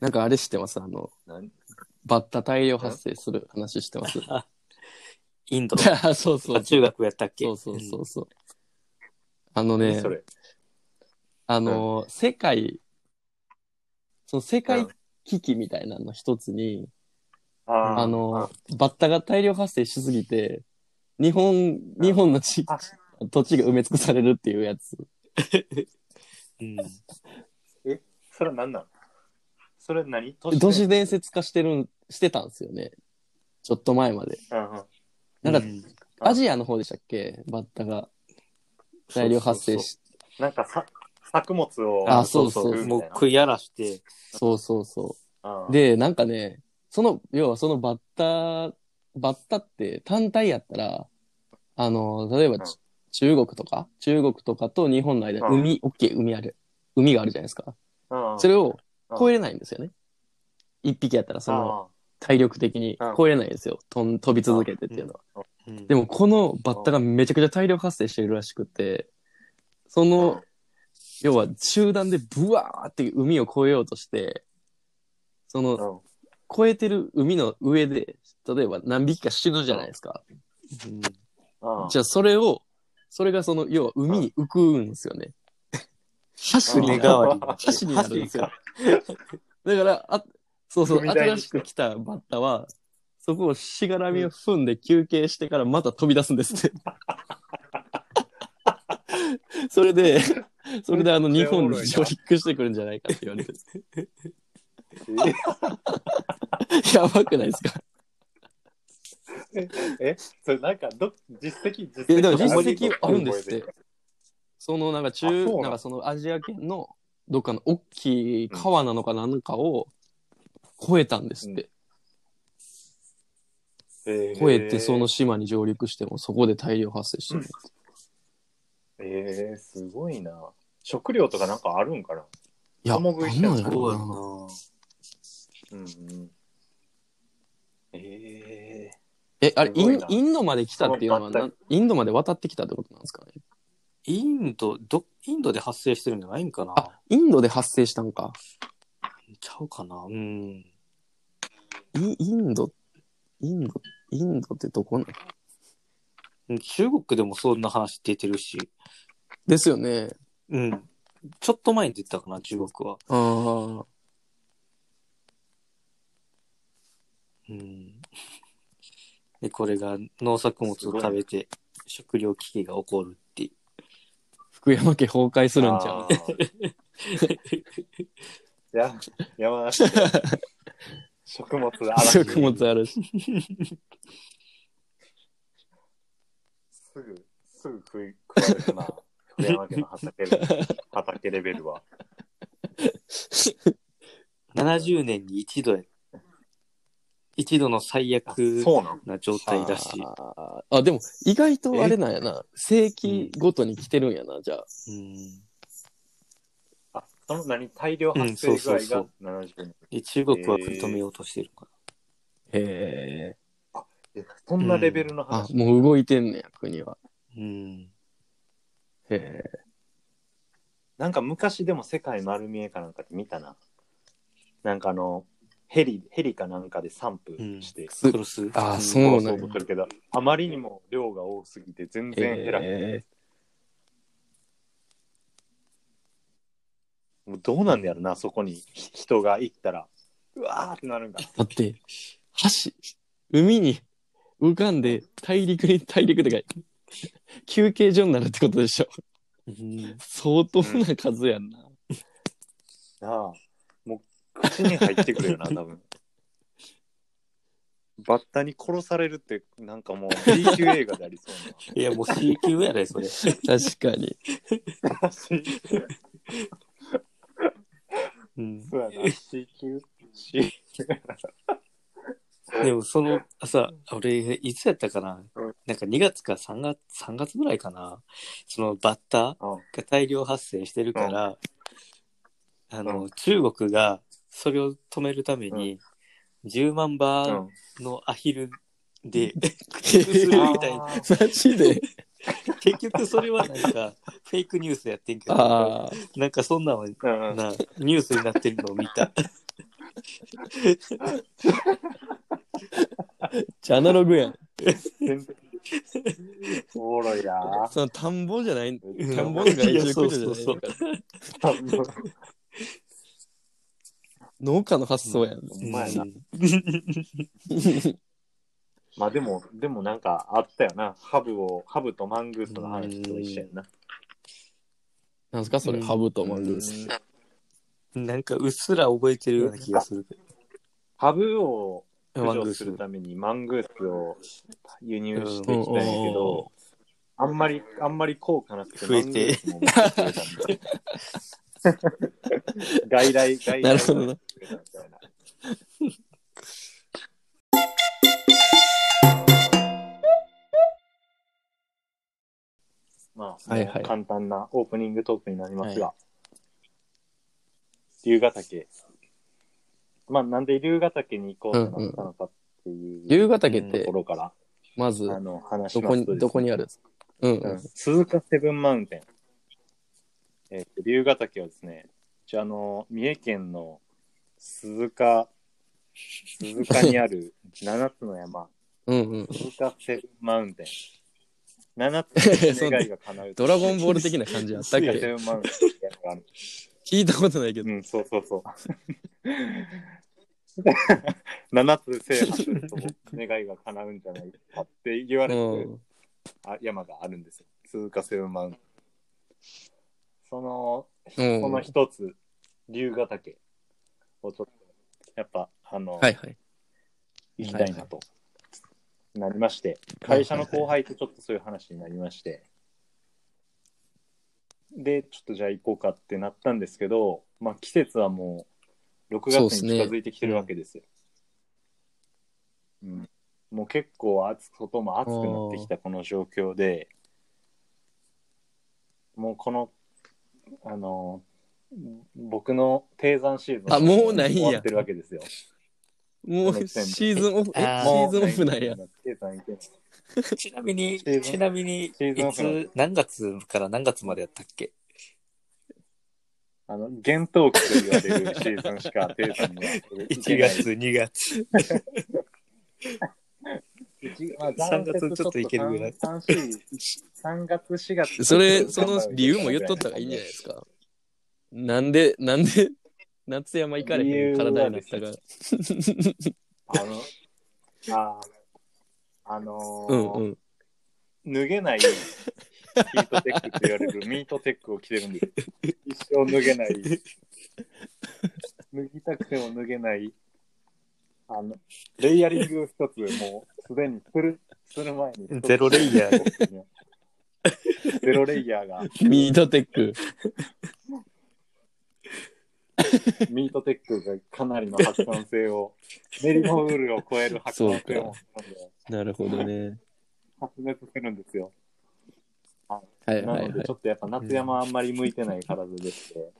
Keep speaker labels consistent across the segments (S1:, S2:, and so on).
S1: なんかあれ知ってますあの、
S2: なん
S1: バッタ大量発生する話して ます。
S3: インド
S1: そうそ
S3: の
S1: う。
S3: 中学やったっけ
S1: そうそうそうそう。あの
S2: ね
S1: ね
S2: そ、れ。
S1: あの、世界、その世界危機みたいなの一つに、
S2: あ
S1: あの、バッタが大量発生しすぎて、日本、
S2: ん
S1: 日本の地
S2: あ
S1: 土地が埋め尽くされるっていうやつ。
S3: うん。
S2: それは何なのそれは何
S1: 都市伝説化してるん、してたんですよね。ちょっと前まで。
S2: うんうん
S1: なんか
S3: う
S1: アジアの方でしたっけバッタが大量発生し、
S2: なんかさ作物を
S1: あそうそう
S2: 食う
S3: も
S2: み
S3: う
S2: たいな
S3: 食い荒らして、
S1: そうそうそう。
S2: うん
S1: で、なんかね、その、要はそのバッタ、バッタって単体やったら、あの、例えばち、
S2: うん
S1: 中国とか、中国とかと日本の間、
S2: うん
S1: 海、大きい海ある、海があるじゃないですか。
S2: うんうん
S1: それを超えれないんですよね。一匹やったら、その、体力的に
S2: うん
S1: 超えれないんですよ。とん飛び続けてっていうのは。
S3: うん
S1: でも、このバッタがめちゃくちゃ大量発生してるらしくて、その、要は集団でブワーって海を越えようとして、その
S2: う、んうん
S1: 超えてる海の上で、例えば何匹か死ぬじゃないですか。
S3: うん
S2: うん
S1: じゃあそれを、それがその、要は海に浮くんですよね。箸に
S3: 船
S1: なる
S3: 代わり
S1: 箸になるんですよ
S3: 箸。
S1: だから、あそうそう、
S2: 踏み台
S1: 新
S2: に
S1: しく来たバッタは、そこをしがらみを踏んで休憩してからまた飛び出すんですって。それで、それであの日本に 上陸してくるんじゃないかって言われてる。やばくないですか
S2: え それなんかど実績実
S1: いやでも
S2: とかある
S1: 実績あるんですってそのなんか
S2: あそう
S1: 中
S2: なの
S1: なんかそのアジア圏のどっかの大きい川なのかなんかを越えたんですって、
S2: えー
S1: 越えてその島に上陸してもそこで大量発生してる、
S2: えー、すごいな食料とかなんかあるんかな、
S1: いや
S2: 共食いした
S1: なんなんや
S3: そう
S1: ろ
S3: や
S1: な
S3: な。
S2: うんうん、え
S1: えあれ
S2: す
S1: イ
S2: ごい
S1: ン
S2: な
S1: インドまで来たっていうのは
S2: その
S1: なインドまで渡ってきたってことなんですかね
S3: インド、ど、インドで発生してるんじゃないんかな
S1: あインドで発生したんか
S3: ちゃうかなうん。
S1: イインドインドインドってどこなん
S3: 中国でもそんな話出てるし、
S1: ですよね
S3: うん。ちょっと前に出てたかな、中国は。
S1: ああ
S3: うん。で、これが農作物を食べて食料危機が起こるっていう。
S1: 福山家崩壊す
S2: ー、
S1: るんちゃう
S2: あーや山梨食物嵐
S1: 食物あるし
S2: すぐ、すぐ食い、食われるな。福山家の畑レベル、畑レベルは。
S3: 70年に一度や。一度の最
S2: あ
S3: 悪
S2: そうなん
S3: な状態だしい。
S1: あーあ、でも意外とあれなんやな。世紀ごとに来てるんやな、じゃあ。
S3: うん。
S2: あ、その何大量
S3: う
S2: 発
S3: んそ
S2: 生
S3: う
S2: 具
S3: そう
S2: 合
S3: そう
S2: が70人。
S3: で、中国は食い止めようとしてるから。
S1: へえ。
S2: えそんなレベルの
S1: あ、
S2: 話。
S1: もう動いてんねや、国は。
S3: うん。
S1: へえ。
S2: なんか昔でも世界丸見えかなんかって見たな。なんかあの、ヘリ、ヘリかなんかで散布して、
S1: す
S3: 殺す。
S1: あー
S3: ん
S1: そうなんや
S2: そうするけど、あまりにも量が多すぎて全然減らん。
S1: へ
S2: もうどうなんだろうな、そこに人が行ったら。うわーってなるんだ。
S1: ーだって、橋、海に浮かんで大陸に大陸とか、休憩所になるってことでしょ。
S3: うん
S1: 相当な数やんな。
S2: なあ、もう口に入ってく るよな、多分。バッタに殺されるって、なんかもう B 級映画でありそう
S3: いや、もう C 級やで、それ。
S1: 確か に。
S2: な。C 級
S3: うん。
S2: そうやな、C 級 C
S3: でもその朝、俺、いつやったかな、
S2: うん
S3: なんか2月か3月、3月ぐらいかなそのバッタ
S2: うん
S3: が大量発生してるから、あの、
S2: う
S3: 中国がそれを止めるために、10万
S2: う
S3: 羽
S2: ん。
S3: のアヒルで、駆逐するみたいな。
S1: マジで。
S3: 結局それはなんか、フェイクニュースやってんけど、
S1: ああ。
S3: なんかそんなの
S2: あーうん
S3: なニュースになってるのを見た。
S1: じゃあアナログやん。
S2: おもろいな
S1: その田んぼじゃない、
S3: うん
S1: 田んぼとか
S3: い
S1: 一
S3: や
S1: 応
S3: そう
S1: 駆除
S3: そう
S1: じ
S3: そ
S1: ゃな
S3: う
S1: いから。農家の発想やん。
S2: ほんまやな まあでもでもなんかあったよなハブをハブとマングースの話と一緒やな
S1: なんすかそれ、
S3: うん
S1: ハブとマングース。
S2: うん
S3: なんかうっすら覚えてるような気がするけど。
S2: ハブを
S3: ワン
S2: 駆除
S3: グー
S2: す
S3: ス。
S2: るためにマングースを輸入してきたんやけど、あんまり、あんまり効果なくて、
S3: 増えて
S2: マングースも持ってくれたんだ外来、外来。
S1: なるほどな。
S2: まあ、
S1: はいはい
S2: 簡単なオープニングトークになりますが、龍ヶ岳。まあ、なんで龍ヶ岳に行こうとなったのかっていう
S1: 龍ヶ岳っ
S2: と
S1: て
S2: こ、ろから、
S1: まず、
S2: あの、話
S1: ど
S2: しま
S1: こ
S2: すとですね
S1: に、どこにあるんですかうんう
S2: うんん。鈴鹿セブンマウンテン。えーと龍ヶ岳はですね、じゃあ、あの、三重県の鈴鹿、鈴鹿にある7つの 山、
S1: うんうん。
S2: 鈴鹿セブンマウンテン。7つの願いが叶う。
S1: ドラゴンボール的な感じあったっ
S2: 鈴鹿セ
S1: け
S2: ブンマウンテンってやつ がある。
S1: 聞いたことないけど
S2: う。ん、そうそうそう。7つ制覇すると願いが叶うんじゃないかって言われ
S1: う
S2: てる、
S1: ん。
S2: あ山があるんですよ。鈴鹿セブンマウンテン。その、
S1: うん
S2: その一つ、龍ヶ岳をちょっと、やっぱ、あの、
S1: はいはい。
S2: 行きたいなと、なりまして、
S1: はいはい
S2: 会社の後輩とちょっとそういう話になりまして、で、ちょっとじゃあ行こうかってなったんですけど、まあ季節はもう6月に近づいてきてるわけですよ。うんもう結構暑く、外も暑くなってきたこの状況で、もうこの、あの、僕の低山シーズン
S1: あもうないんや
S2: 終わってるわけですよ。
S1: もうシーズンオフ、え、シ
S3: あー
S1: ーズンオフなんや。
S2: 低山行けない
S3: ちなみに、
S2: シーズン
S3: ちなみに、い
S2: シーズンオフの
S3: つ、何月から何月までやったっけ
S2: あの、厳冬期と言われるシーズンしか低山には
S3: ?1 月、2月。
S2: まあ
S3: 3月ちょっといけるぐらい
S2: 3月、4月。
S1: そ れ、その理由も言っとった方がいいんじゃないですか。なんで、なん で、夏山行かれへん体になったか。
S2: あの、あーあの
S1: う
S2: ー
S1: んうん。
S2: 脱げないヒートテックって言われるミートテックを着てるんです。一生脱げない。脱ぎたくても脱げない。あの、レイヤリングを一つ、もうすでにする、する前に。
S3: ゼロレイヤ
S2: ー。ゼロレイヤーが
S1: ミートテック。
S2: ミートテックがかなりの発散性を、メリノウールを超える発散性を持ったんで、
S1: なるほどね。
S2: 発熱するんですよ。
S1: はい
S2: な
S1: はい
S2: の
S1: は
S2: で、
S1: い
S2: ちょ。っとやっぱ夏山はあんまり向いてない体でして、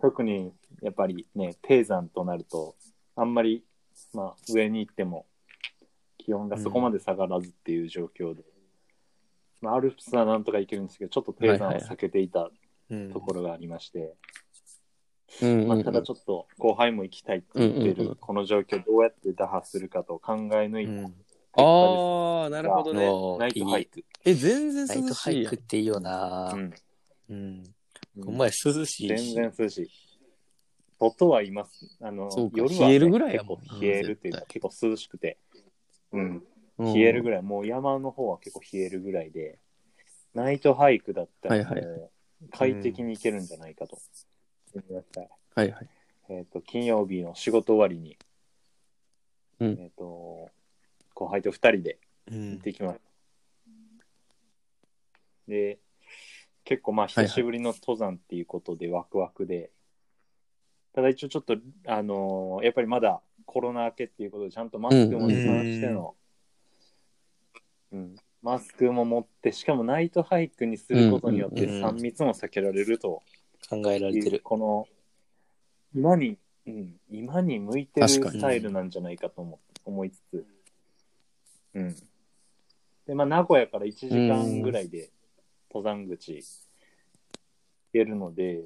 S2: 特にやっぱりね、低山となると、あんまり、まあ、上に行っても気温がそこまで下がらずっていう状況で、まあ、アルプスはなんとか行けるんですけど、ちょっと低山は避けていた
S3: うん
S2: ところがありまして、
S1: うんうん
S2: まあ、ただちょっと後輩も行きたいって言って
S1: うんうんうん
S2: る、この状況、どうやって打破するかと考え抜いた結果です。
S1: ああ、なるほどね。
S3: おー
S2: ナイトハイク。
S1: え、全然
S3: ナイ
S1: 涼
S3: トハ
S1: しい
S3: イ
S1: やん
S3: クっ。ていいよな
S2: う。ん
S3: うん。お前涼しい
S2: 全
S3: し。
S2: 然涼しい。外はいます。あの
S1: そう、か
S2: 夜は、ね、
S1: 冷えるぐらいやもん
S2: 結構冷えるっていうか、
S1: うん
S2: 結構涼しくて、うん、
S1: うん
S2: 冷えるぐらい、もう山の方は結構冷えるぐらいで、ナイトハイクだったら、
S1: はいはい
S2: もう快適に行けるんじゃないかと。思いました
S1: はいはい。
S2: えっ、と、金曜日の仕事終わりに、
S1: うん
S2: えっ、と、後輩と二人で
S3: うん
S2: できます。で、結構まあ久しぶりの登山っていうことでワクワクで、ただ一応ちょっと、あのーやっぱりまだコロナ明けっていうことでちゃんとマスクも持参しての、うんマスクも持って、しかもナイトハイクにすることによっ
S3: う
S2: て
S3: んうんうん
S2: 3密も避けられると
S3: 考えら
S2: い
S3: れて
S2: う、
S3: る。
S2: この、今に、うん、今に向いてる
S1: 確か
S2: ス
S1: に
S2: タイルなんじゃないかと思思いつつ、うん。で、まあ、名古屋から1時間ぐらいで登山口行けるので、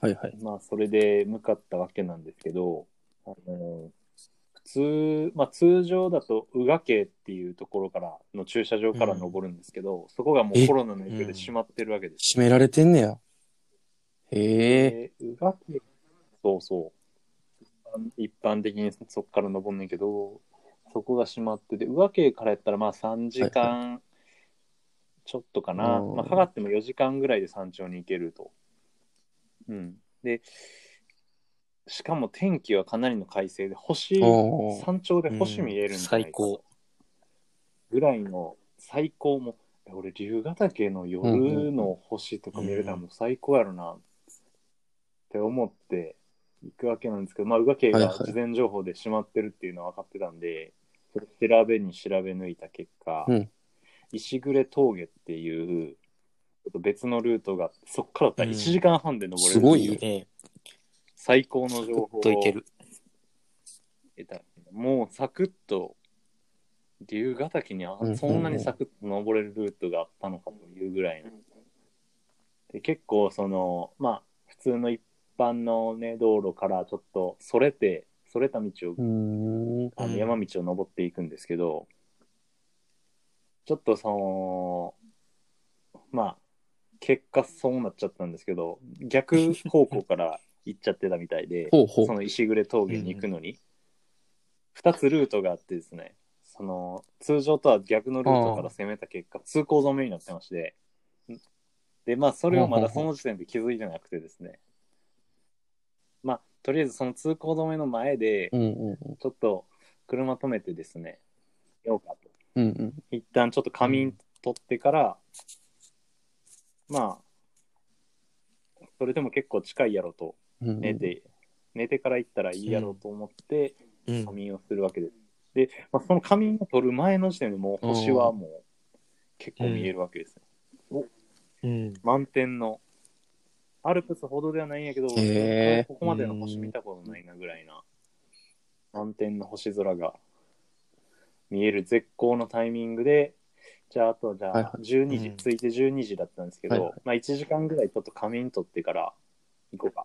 S1: はいはい。
S2: まあ、それで向かったわけなんですけど、あの普通、まあ、通常だと宇賀家っていうところからの駐車場から登るんですけど、そこがもう
S1: え
S2: コロナの影響
S3: う
S2: で
S3: ん
S2: 閉まってるわけです。
S1: 閉められてんねや。へえ。
S2: で宇賀家そうそう一般一般的にそこから登んねんけどそこが閉まってて宇賀家からやったらまあ3時間ちょっとかな、
S1: うん
S2: まあ、かかっても4時間ぐらいで山頂に行けると。うん、でしかも天気はかなりの快晴で星
S1: おー
S2: 山頂で星見えるんじゃない
S3: 最高。
S2: ぐらいの最高も俺龍ヶ岳の夜の星とか見れたらもう最高やろなって思って行くわけなんですけどまあ宇賀家
S1: はい
S2: が
S1: はい
S2: 事前情報で閉まってるっていうのは分かってたんでそれ調べに調べ抜いた結果、
S1: うん
S2: 石暮峠っていうちょっと別のルートがあってそっからだったら1時間半で登れる、
S1: すごいよ
S3: いいね。
S2: 最高の情報を
S3: ほっといける。
S2: 得たもうサクッと龍ヶ岳にあ
S1: うんうんうん
S2: そんなにサクッと登れるルートがあったのかというぐらいの、で結構そのまあ普通の一般のね道路からちょっとそれてそれた道を
S1: うーん。
S2: あ
S3: う
S2: の
S3: ん
S2: 山道を登っていくんですけど、ちょっとそのまあ結果そうなっちゃったんですけど逆方向から行っちゃってたみたいで
S1: ほうほう
S2: そ。の石暮峠に行くのに、2つルートがあってですねその通常とは逆のルートから攻めた結果通行止めになってましてでまあそれをまだその時点で気づいてなくてですねまあとりあえずその通行止めの前で
S1: うんうん
S2: ちょっと車止めてですね、ようかと。
S1: うん。うん
S2: 一旦ちょっと仮眠取ってから、まあ、それでも結構近いやろと、
S1: うん。うん
S2: 寝て、寝てから行ったらいいやろと思って、
S3: うん
S2: 仮眠をするわけです。で、まあ、その仮眠を取る前の時点でもう星はもう結構見えるわけですね。
S3: うん。
S2: 満点の。アルプスほどではないんやけど、
S1: へー
S2: ここまでの星見たことないなぐらいな、満点の星空が見える絶好のタイミングで、じゃあ、あと、じゃ
S1: はいは
S2: あ、12時、
S3: うん
S2: ついて12時だったんですけど、
S1: はいはい
S2: まあ、1時間ぐらいちょっと仮眠取ってから行こうか、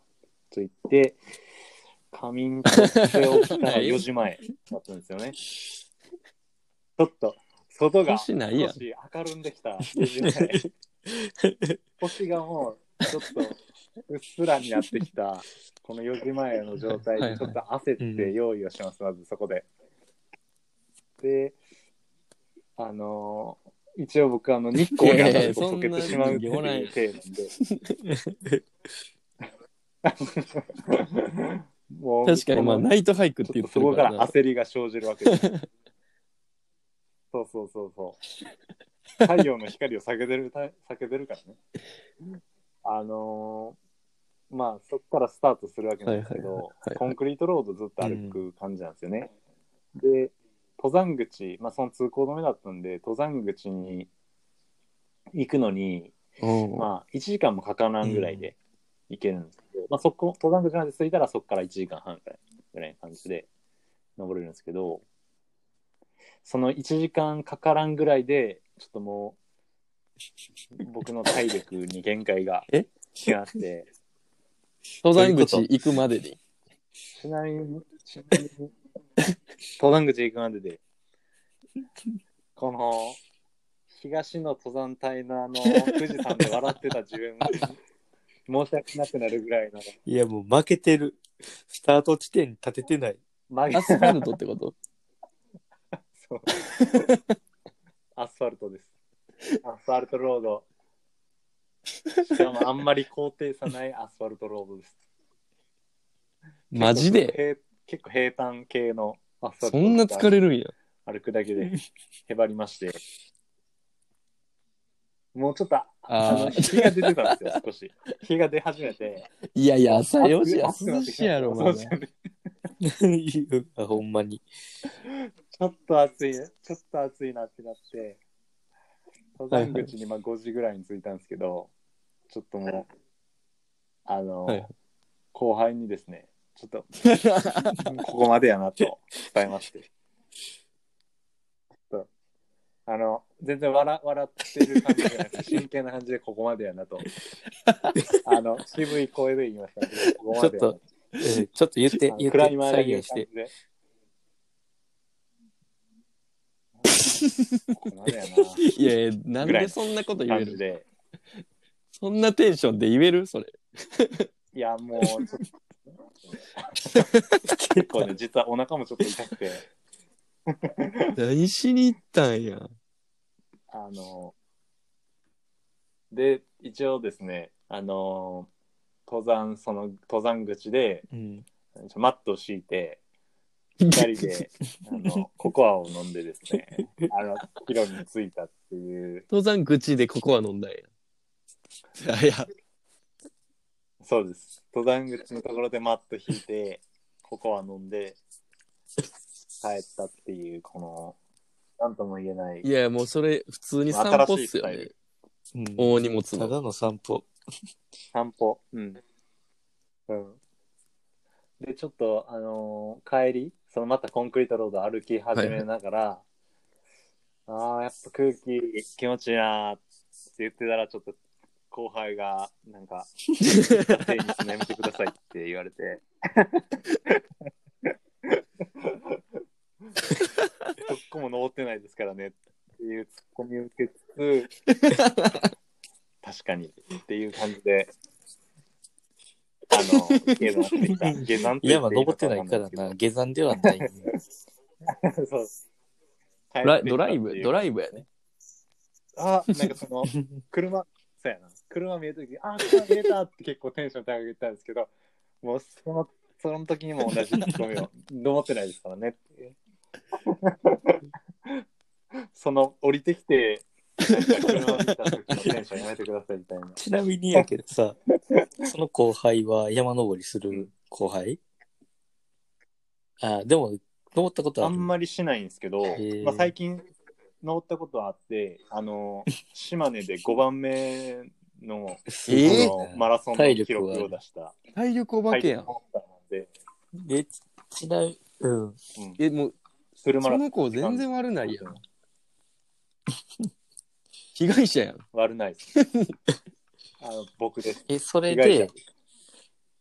S2: と言って、仮眠取って起きたら4時前だったんですよね。ちょっと、外が
S1: 星ないや
S2: 少
S1: ん
S2: し明るんできた4時 前。星がもうちょっとうっすらになってきたこの4時前の状態
S1: はいは
S2: で
S1: い
S2: ちょっと焦って用意をしますまずそこで。であのー一応僕あの日光に当たると溶けてしまうっていう体なんで。 もう
S1: 確かに、まあ、
S2: この
S1: ナイトハイクっ
S2: ち
S1: て言
S2: ょっと
S1: って
S2: そ
S1: る
S2: こ
S1: か
S2: からら
S1: な。
S2: 焦りが生じるわけです。 そうそうそうそう。太陽の光を避けてる、た避けてるからね。あのーまあそこからスタートするわけなんですけ
S1: はい
S2: ど
S1: はい、
S2: コンクリートロードずっと歩く感じなんですよね。で、登山口、まあその通行止めだったんで、登山口に行くのに、
S1: うん
S2: まあ、1時間もかからんぐらいで行けるんですけど、まあ、そこ、登山口まで着いたらそこから1時間半ぐらいぐらいの感じで登れるんですけど、その1時間かからんぐらいで、ちょっともう、僕の体力に限界が
S1: え
S2: 来まして、
S1: 登山口
S3: どういう
S1: 行くまでに。
S2: ちなみに、ちなみに、登山口行くまでで、この、東の登山隊のあの、富士山で笑ってた自分が、申し訳なくなるぐらいの、
S3: いや、もう負けてる。スタート地点に立てて ない。
S2: 曲げ
S1: アスファルトって こと
S2: そうアスファルトです。アスファルトロード。しかもあんまり高低差ないアスファルトロードです。
S1: マジで
S2: 結構平結構平坦系のアスファ
S1: そ
S2: ルト
S1: んな疲れるんや。
S2: 歩くだけでへばりまして。もうちょっと、あ
S1: あー
S2: の、日が出てたんですよ、少し。日が出始めて。
S1: いやいや、朝4時や
S2: 暑くなっ
S1: 涼
S2: てき
S1: したいやろ、
S2: そ
S1: ま
S2: うです
S1: だ
S2: よ。ね
S3: ほんまに。
S2: ちょっと暑い、ちょっと暑いなってなって、登山口にまあ5時ぐらいに着いたんですけど、ちょっともう、あの、
S1: はい
S2: 後輩にですね、ちょ っと、ここまでやなと伝えまして。そうあの、全然笑笑ってる感じじゃ なくて、真剣な感じでここまでやなと。あの、渋い声で言いましたけど、ここま
S1: ちょっ
S2: でやな
S1: と
S3: うんちょっと言って、言っ
S2: クライ
S3: て、
S2: マー
S3: 再現して。
S2: ここまでやない
S1: やいや、なんでそんなこと言え
S2: 感じ
S1: る
S2: で。
S1: そんなテンションで言えるそれ。
S2: いや、もう、ちょっと結構ね、実はお腹もちょっと痛くて、
S1: 何しに行ったんや。
S2: あの、で、一応ですね、あの、登山、その、登山口で、
S3: うん。
S2: マットを敷いて、二人で、あの、ココアを飲んでですね、あの、帰路に着いたっていう、
S1: 登山口でココア飲んだんや。あいや、
S2: そうです。登山口のところでマット引い て、ココア飲んで、帰ったっていう、この、なんとも言えない
S1: い。やもうそれ普通に散歩っすよ
S2: 新しい
S1: ね
S2: ス。
S3: うん
S1: 大荷物
S3: た
S1: の。
S3: だの散歩。
S2: 散歩。うん。うん。で、ちょっと、あのー帰り、そのまたコンクリートロード歩き始めながら、ああ、やっぱ空気気持ちいいなーって言ってたら、ちょっと後輩が、なんか、手にしないめてくださいって言われて。 そこも登ってないですからねっていうツッコミを受けつつ、確かにっていう感じで、あの、下山してき た。下山って言っていいの
S3: 山登ってないから
S2: わかん
S3: な、
S2: ない
S3: 下山ではない。
S2: ですけど。 そう
S1: ドラドライブ、ドラ
S2: ライ
S1: イブやね。
S2: ブ。あ、なんかそ の、車、そうやな。車見えた時に、あ、車見えたって結構テンション高く言ったんですけど、もうその、その時にも同じツッコミを、思ってないですからね っていう。その、降りてきて、なんか車見た時のテンションやめてくださいみたいな。
S3: ちなみにやけどさ、その後輩は山登りする後輩ああ、でも、登ったこと
S2: あ
S3: ある。
S2: んまりしないんですけど
S3: ー、
S2: まあ、最近登ったことあって、あの、島根で5番目の、
S3: す
S1: え
S3: ごいな
S1: ー
S2: このマラソンの記録を出した。
S1: 体力お化けやん。
S2: ハイパーマラソンで
S3: で、ちちなみに、うん。
S2: うん
S1: え、もう、
S2: フルマ
S1: そ
S2: ラソン
S1: の子全然悪ないやん。被害者やん。
S2: 悪 ないです。あの僕です。
S3: え、それ
S2: 被害者
S3: で、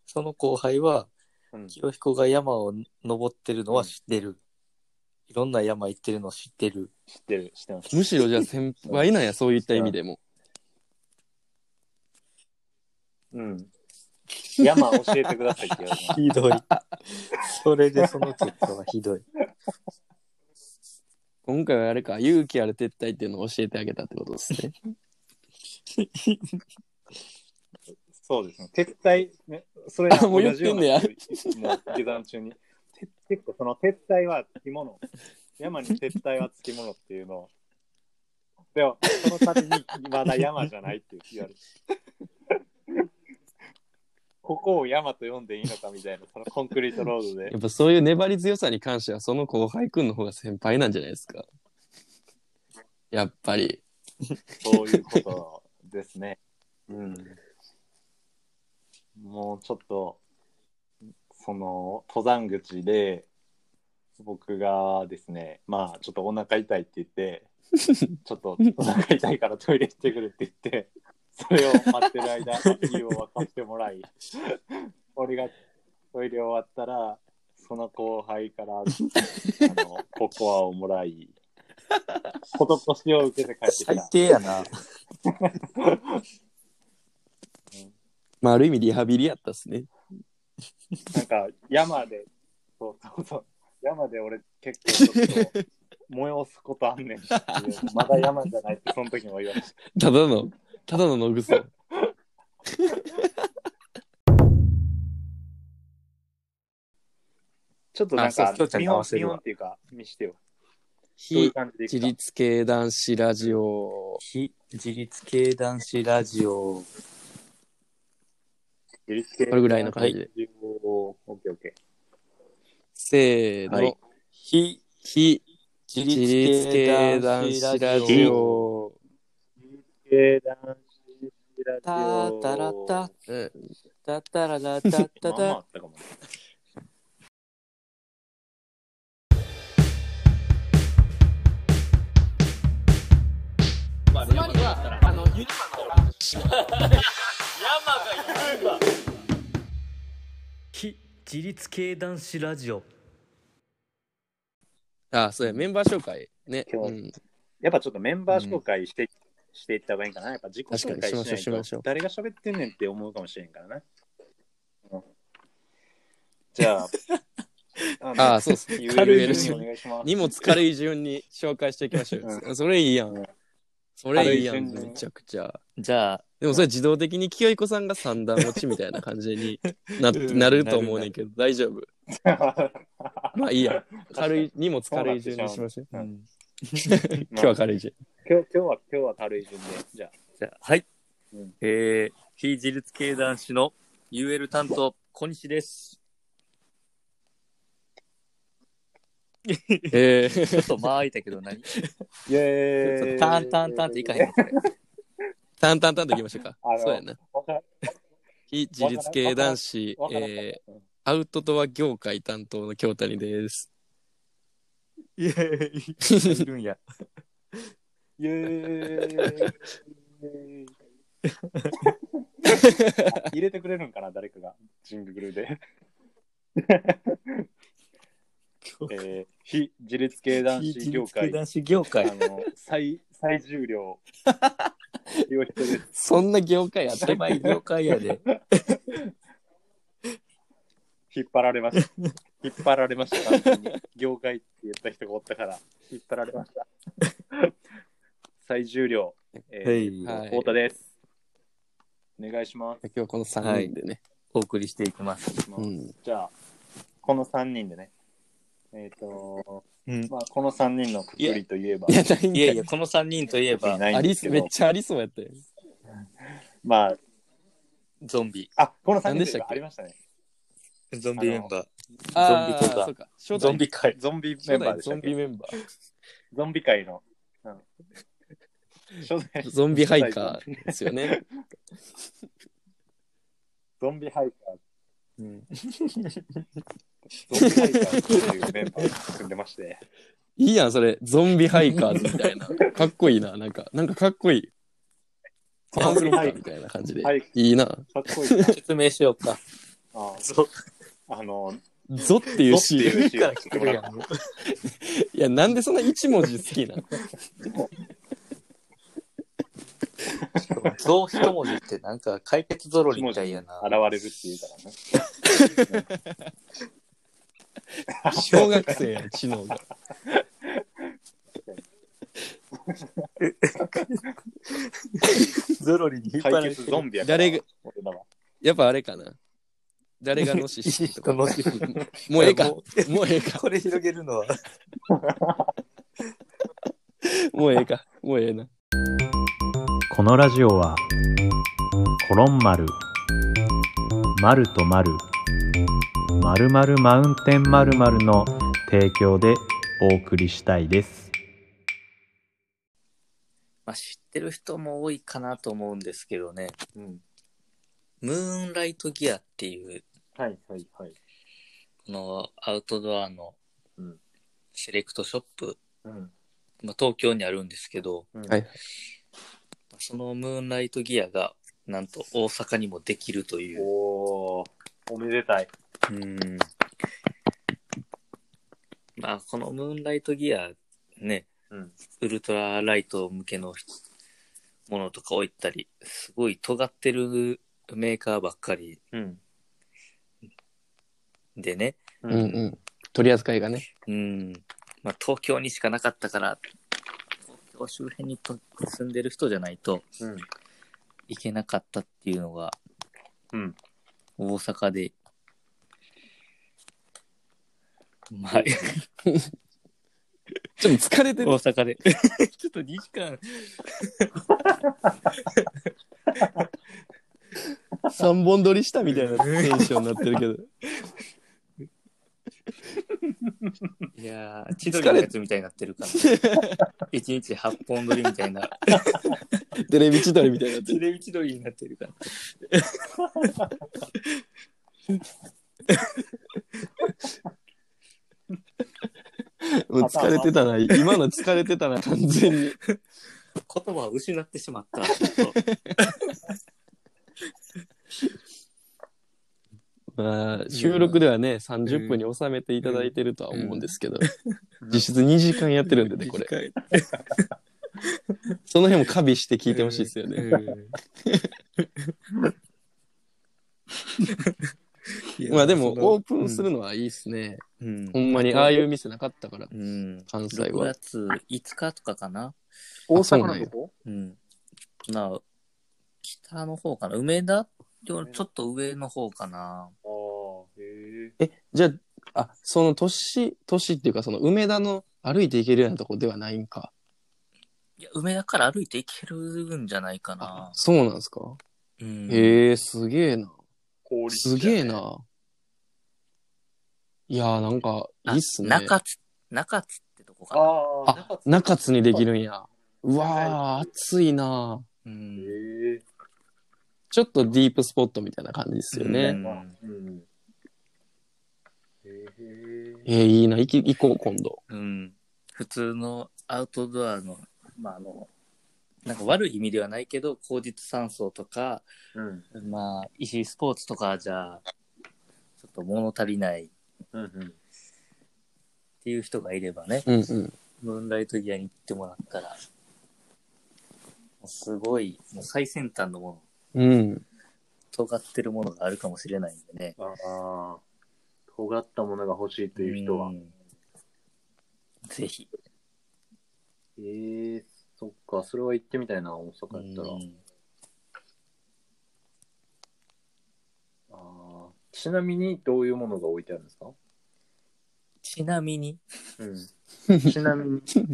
S3: その後輩
S2: う
S3: は、
S2: ん
S3: 清彦が山を登ってるのは知ってる。いろんな山行ってるの知ってる。
S2: 知ってる、知ってます。
S1: むしろじゃあ先輩なんや、 そういった意味でも。
S2: うん。山教えてくださいって言われま
S3: ひどい。 それでその結果はひどい。
S1: 今回はあれか、勇気ある撤退っていうのを教えてあげたってことですね。
S2: す。 そうですね。撤退、ね、それ
S1: あもう言ってんねや
S2: 同じようなこともう下山中に。て結構その撤退はつきもの。山に撤退はつきものっていうのを。でも、その度にまだ山じゃないって言われる。 ここを山と呼んでいいのかみたいな、そのコンクリートロードで
S1: や。っぱそういう粘り強さに関しては、その後輩くんの方が先輩なんじゃないですか。やっぱり。
S2: そういうことですね。うん。もうちょっと、その、登山口で、僕がですね、まあ、ちょっとお腹痛いって言 って、ちょっとお腹痛いからトイレ行ってくるって言って、それを待ってる間、湯を沸かしてもらい、俺がトイレ終わったら、その後輩から、あの、ココアをもらい、施しを受けて帰ってき
S3: 最
S2: た。
S3: 低やな。
S1: まあ、ある意味リハビリやったっすね。
S2: なんか山で、そうそうそう、山で俺結構ちょっと催すことあんねんっていうまだ山じゃないってその時も言われました。
S1: ただの、ただの野草。
S2: ちょっとなん
S3: あそ
S2: か
S3: うきょうちゃん
S2: 見
S3: に合
S2: 本
S3: わせ
S2: 見
S3: るわ
S2: 本っていうか見してよ。どういう
S1: 非
S2: 感じでいく
S1: 自
S2: か。
S1: 立系男子ラジオ。
S3: 非自立系男子ラジオ。
S2: 自立系
S1: これぐらいの感じで
S2: オッケーオッケ
S1: せーの。
S2: はい
S3: 非
S1: 非
S3: 自
S1: 自立系男子ラジ。オ。
S2: ー。自立系男子ラジ
S3: た
S2: オ。
S3: たらた
S1: うん
S3: たたららた
S2: ま
S3: た
S2: あまああ
S3: た。
S2: ったかもね。
S1: 非
S3: 自立系男子ラジオ。
S1: あそうや、メンバー紹介。ね。
S2: 今
S1: う
S2: 日
S1: ん、
S2: やっぱちょっとメンバー紹介して、していった方がいいんかな。やっぱ自己紹
S1: 確か
S2: 介
S1: にしま
S2: しない
S1: しょうしましょ
S2: と
S1: う
S2: 誰が喋ってんねんって思うかもしれんからね。うんじ ゃあ、あ
S1: あそうっすね。軽い
S2: ゆうじゅん
S1: 順
S2: にお
S1: に。
S2: 願いし ます。
S1: 荷物軽い順に紹介していきましょうよ。
S2: う
S1: それいいやん。それいいや
S2: 軽
S1: ん、
S2: い順に
S1: めちゃくちゃ。
S3: じゃあ、
S1: でもそれ自動的に清彦さんが三段落ちみたいな感じにな
S3: うん
S1: なると思うねんけど、大丈夫。まあいいや。軽い、荷物軽い順にしましょう。
S2: う
S1: 今日は軽い順。
S2: 今日今日は今日は軽い順で。じゃあ、
S3: じゃあはい。
S2: うん
S3: えー、非自立系男子の UL 担当、小西です。
S1: え
S3: ちょっと間空いたけど
S2: イ
S3: 何、
S2: ェーイ
S3: ターンターンターンっていかへんのこれ。
S1: タンタンタンといきましょうか
S2: あ。の
S1: そうやな。
S2: わか
S1: 非自立系男子
S2: わ、かる
S1: えーアウトドア業界担当の京谷です。
S3: いやいるんや。
S2: イェーイあ入れてくれるんかな、誰かが、ジングルで。えー、非自立系男子業界、あ
S3: 男子業界。
S2: の最最重量言われてる
S1: そんな業界やって
S3: 狭い業界やで。
S2: 引っ張られました。引っ張られました、完全に。業界って言った人がおったから、引っ張られました。最重量、えー
S1: はい
S2: 太田です。お願いします。
S1: 今日はこの3人でね。
S3: お送りしていきます。
S1: うん。
S2: じゃあ、この3人でね。えっ、と、
S3: うん
S2: まあ、この3人のくくりといえば、
S1: いや、ないん
S3: い
S1: か
S3: やいや、この3人といえば、
S2: ない
S1: あ
S2: んで
S1: り
S2: すけ
S1: す、
S2: ど
S1: めっちゃありそうやったよ。
S2: まあ、
S3: ゾンビ、
S2: あ、この3
S1: 何
S2: 人
S1: でしたっけ
S2: ありましたね。
S3: ゾンビメンバ
S1: あ
S3: ゾンビとか
S1: ーそうか。
S3: ー、
S1: 初
S3: ゾン
S1: 代、
S3: ビ界。
S2: ゾンビメ
S1: 初
S2: ンバー
S1: 代
S2: でし
S1: ゾ
S2: たっ
S1: ン
S2: け
S1: ビメンバー。
S2: ゾンビ界の。 うん初代
S1: ゾンビハイカーですよね。
S2: ゾンビハイカ
S3: うん
S2: ー、ゾンビハイカーっていうメンバーを組んでまして、
S1: いいやん、それ。ゾンビハイカーズみた いな。かっこいいな。なんか、なんかかっこいい。パンクロッカーみたいな感じで
S2: はい。
S1: いいな。
S2: かっこいいな。
S3: 説明しようか。
S2: あ
S3: ゾ
S2: あ の、
S1: ゾっていうシ
S2: ゾっ
S1: ーン。
S2: ていう
S3: ンビから来てる やん。
S1: いや、なんでそんな一文字好き なの
S3: ゾ一文字ってなんか解決ゾロリみたいやな。
S2: 現れるっていうからね。
S1: 小学生やん、知能が。
S3: ゾロリに引っ張ら
S2: 解
S3: れ
S2: 決
S3: て
S2: ゾ
S3: る。
S2: ンビやから。
S1: 誰が、
S2: 俺らは。
S1: やっぱあれかな。誰がのししとか。
S3: 人のし
S1: もうええか。
S3: も
S1: もうええか。
S3: これ広げるのは。
S1: もうええか。もうええな。
S4: このラジオはコロン丸丸と丸丸々マウンテン丸々の提供でお送りしたいです。
S3: まあ、知ってる人も多いかなと思うんですけどね。
S2: うん。
S3: ムーンライトギアっていう、
S2: はいはいはい。
S3: このアウトドアの
S2: うん
S3: セレクトショップ、
S2: うん。
S3: まあ、東京にあるんですけど、
S2: うん
S1: はい
S3: そのムーンライトギアが、なんと大阪にもできるという。
S2: おー、おめでたい。
S3: うん。まあ、このムーンライトギア、ね、
S2: うん。
S3: ウルトラライト向けのものとか置いたり、すごい尖ってるメーカーばっかり
S2: うん。
S3: でね、
S2: う
S1: うんう。ん。取り扱いがね。
S3: うん、まあ、東京にしかなかったから、東京周辺にと住んでる人じゃないと
S2: うん。
S3: いけなかったっていうのが、
S2: うん。
S3: 大阪 で、まあ、
S1: ちょっと疲れて
S3: 大
S1: る。
S3: 阪で。ちょっと2時間、
S1: 3本撮りしたみたいなテンションになってるけど。
S3: いやー、千鳥のやつみたいになってるから、1日8本撮りみたいな、
S1: テレビ千鳥みたいになって
S3: テ
S1: る。
S3: レビ千鳥になってるから。
S1: もう疲れてたな。今の疲れてたな、完全に。
S3: 言葉を失ってしまった。ちょっと
S1: まあ、あ、収録ではね、30分に収めていただいてるとは思うんですけど、 実質2時間やってるんでね、これ。
S3: れ。
S1: その辺も加味して聞いてほしいですよね。
S3: うん。
S1: まあでも、オー
S3: く、
S1: プンするのはいいですね。
S3: うん
S1: ほんまに、ああいう店なかったから、
S3: うん。
S1: 関西
S3: 6
S1: は。
S3: 月5日とかかな
S2: 大
S1: そう
S2: 阪
S1: なん
S2: の
S1: や
S2: とこ
S3: うん。な、北の方かな梅田よりちょっと上の方かな
S2: ああ、へえ。
S1: え、じゃあ、あ、その都市、都市っていうか、その梅田の歩いて行けるようなとこではないんか。
S3: いや、梅田から歩いて行けるんじゃないか
S1: あ
S3: な、
S1: そうなんですか。
S3: うん。
S1: へえ、すげえな。
S2: 氷
S1: すげえ。な。いやー、なんか、いいっすね。
S3: 中津、中津ってとこかな
S2: ああ、
S1: あ、中津にでき
S2: る。
S1: るんや。うわー、暑いな。
S3: う
S2: へ
S3: ん。
S2: え。
S1: ちょっとディープスポットみたいな感じですよね。
S3: うん
S2: まあうん。へえ。
S1: えー、いいな。行き行こう、今度。
S3: うん。普通のアウトドアの、まあ、あの、なんか悪い意味ではないけど、高実酸素とか、
S2: うん。
S3: まあ、石スポーツとかじゃ、ちょっと物足りないっ
S2: うんうん。
S3: ていう人がいればね、
S1: うんうん。
S3: ムーンライトギアに行ってもらったら、もうすごい、もう最先端のもの、
S1: うん。
S3: 尖ってるものがあるかもしれないんでね。
S2: ああ。尖ったものが欲しいという人は。
S3: んぜひ。
S2: ええ、そっか、それは行ってみたいな、大阪やったら。
S3: うん
S2: ああ。ちなみに、どういうものが置いてあるんですか
S3: ちなみに、
S2: うん。ちなみに、ち
S3: ど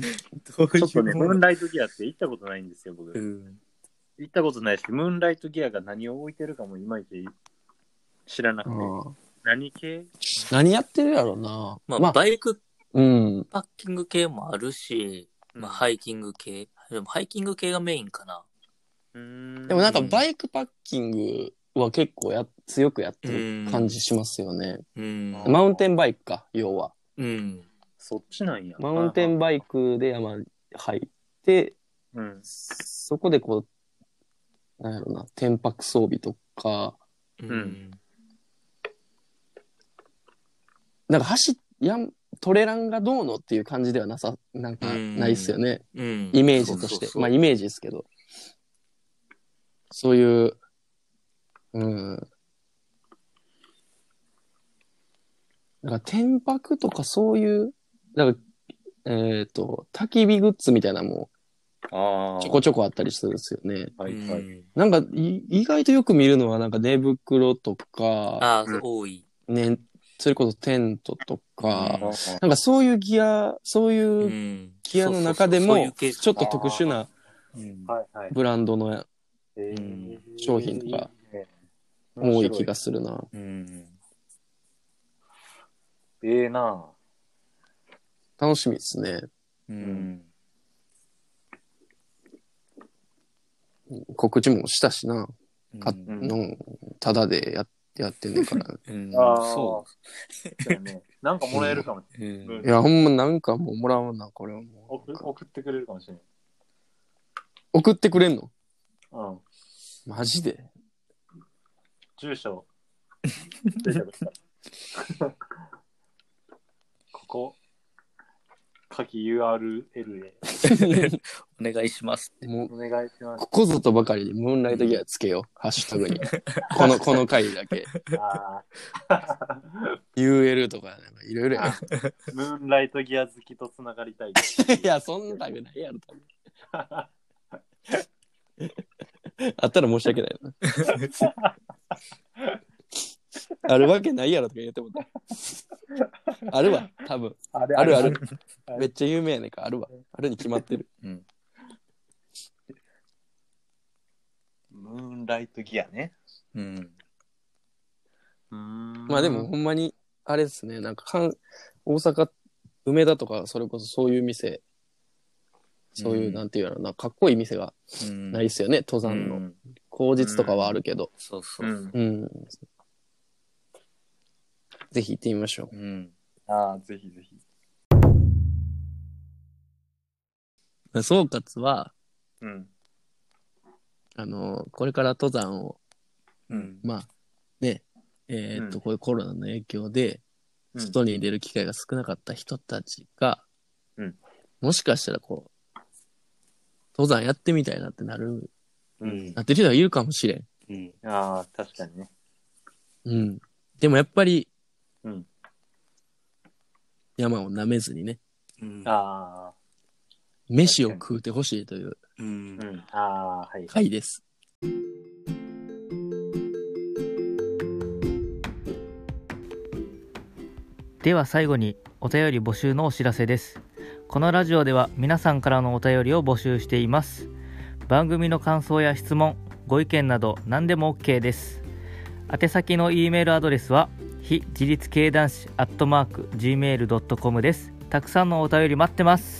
S3: う
S2: ょっとね、ムーンライトギアって行ったことないんですよ、僕。
S3: うん。
S2: 行ったことないし、ムーンライトギアが何を置いてるかもいまいち知らなくて、
S1: あ
S2: 何系
S1: ー何やってるやろな。
S3: ま
S1: ま
S3: あ、
S1: あ、
S3: バイク
S1: うん。
S3: パッキング系もあるし、まあ、ハイキング系。でも、ハイキング系がメインかな。
S2: うーん
S1: でもなんか、バイクパッキングは結構や、強くやってる感じしますよね。
S3: うん。
S2: うん
S1: マウンテンバイクか、要は。
S3: うん。
S2: そっちなんや。
S1: マウンテンバイクで山入って、
S2: うん。
S1: そこでこう、なんやろな、天白装備とか、
S3: うん。
S2: ん
S1: なんか走っやん、トレランがどうのっていう感じではなさ、なんかないっすよね。
S3: うん
S1: イメージとして。まあイメージですけど。そういう、うん。なんか天白とかそういう、なんか、えっ、と、焚き火グッズみたいなのも
S2: ああ。
S1: ちょこちょこあったりするんですよね。
S2: はい
S3: うん
S2: はい。
S1: なんかい、意外とよく見るのは、なんか寝袋とか、
S3: ああ、
S2: う
S3: そ
S2: ん
S3: う多い。
S1: ね、それこそテントとか、
S2: あ
S1: なんかそういうギア、そう
S3: う。
S1: いうんギアの中で
S3: そうそうそうそうい
S1: も
S3: う、系
S1: ちょっと特殊な
S3: うん
S2: あはいはい。
S1: ブランドの
S2: え
S3: う
S2: ー
S1: 商品とか
S2: いいね
S1: 多い気がするな。
S3: うん。
S2: 面白いええな
S1: 楽しみですね。
S3: うん。
S1: 告知もしたしな。か
S3: うん
S2: うん
S1: の、ただでややってんねんから。 い
S3: うん
S2: ああ。
S3: そ
S2: そうやね。なんかもらえるかもし
S3: う。う
S2: れ
S3: ん。
S2: ない。
S1: や、ほんまなんかもうもらうな、これはも
S2: 送送ってくれるかもしれない。
S1: う。送ってくれんの
S2: うん。
S1: マジで。
S2: 住 所。出てくるここ、下記 URL へ
S3: お願いします。
S1: もう、
S2: お願いします。
S1: ここぞとばかりにムーンライトギアつけよう。ハッシュタグ に。この、この回だけ。
S2: あ
S1: UL とか、なんかいろいろやる。
S2: ームーンライトギア好きとつながりたい。
S1: い や、そんなタグないやろ、多分あったら申し訳ないな。あるわけないやろとか言 ってもた。あるわ、多分。
S2: あれ
S1: あるある。
S2: ある
S1: めっちゃ有名やねんから、あるわ。あるに決まってる。
S2: ムーンライトギアね。
S3: うん。
S2: ま
S1: まあでも、、ほんまに、あれですね、なんかかん、大阪、梅田とか、それこそそういう店、そういう、
S3: うん
S1: なんていうやろな、かっこいい店が
S3: うん
S1: ないっすよね、登山の。口実とかはあるけど。
S3: そうそうう。
S2: ん。
S1: うん。ぜひ行ってみましょう。
S3: うん。
S2: ああ、ぜひぜひ。
S1: 総括は、
S2: うん。
S1: あの、これから登山を、
S3: うん。
S1: まあ、ね、えーっと、
S2: うん
S1: こういうコロナの影響で、
S2: うん
S1: 外に出る機会が少なかった人たちが、
S2: うん
S1: もしかしたらこう、登山やってみたいなってなる、
S2: うん
S5: うん
S1: なってる人がいるかもしれん。
S5: うん。
S2: ああ、確かにね。
S1: うん。でもやっぱり、
S2: うん
S1: 山を舐めずにね、
S5: うん。
S2: ああ、
S1: 飯を食うてほしいという
S5: うん
S2: う。ん。ああ、はい。
S1: 回です。
S3: では最後にお便り募集のお知らせですこのラジオでは皆さんからのお便りを募集しています番組の感想や質問ご意見など何でも OK です宛先の E メールアドレスは非自立系男子アットマーク Gmail.com ですたくさんのお便り待ってます